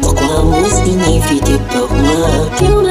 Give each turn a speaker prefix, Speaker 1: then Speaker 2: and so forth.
Speaker 1: Pourquoi moi signifies-tu pour moi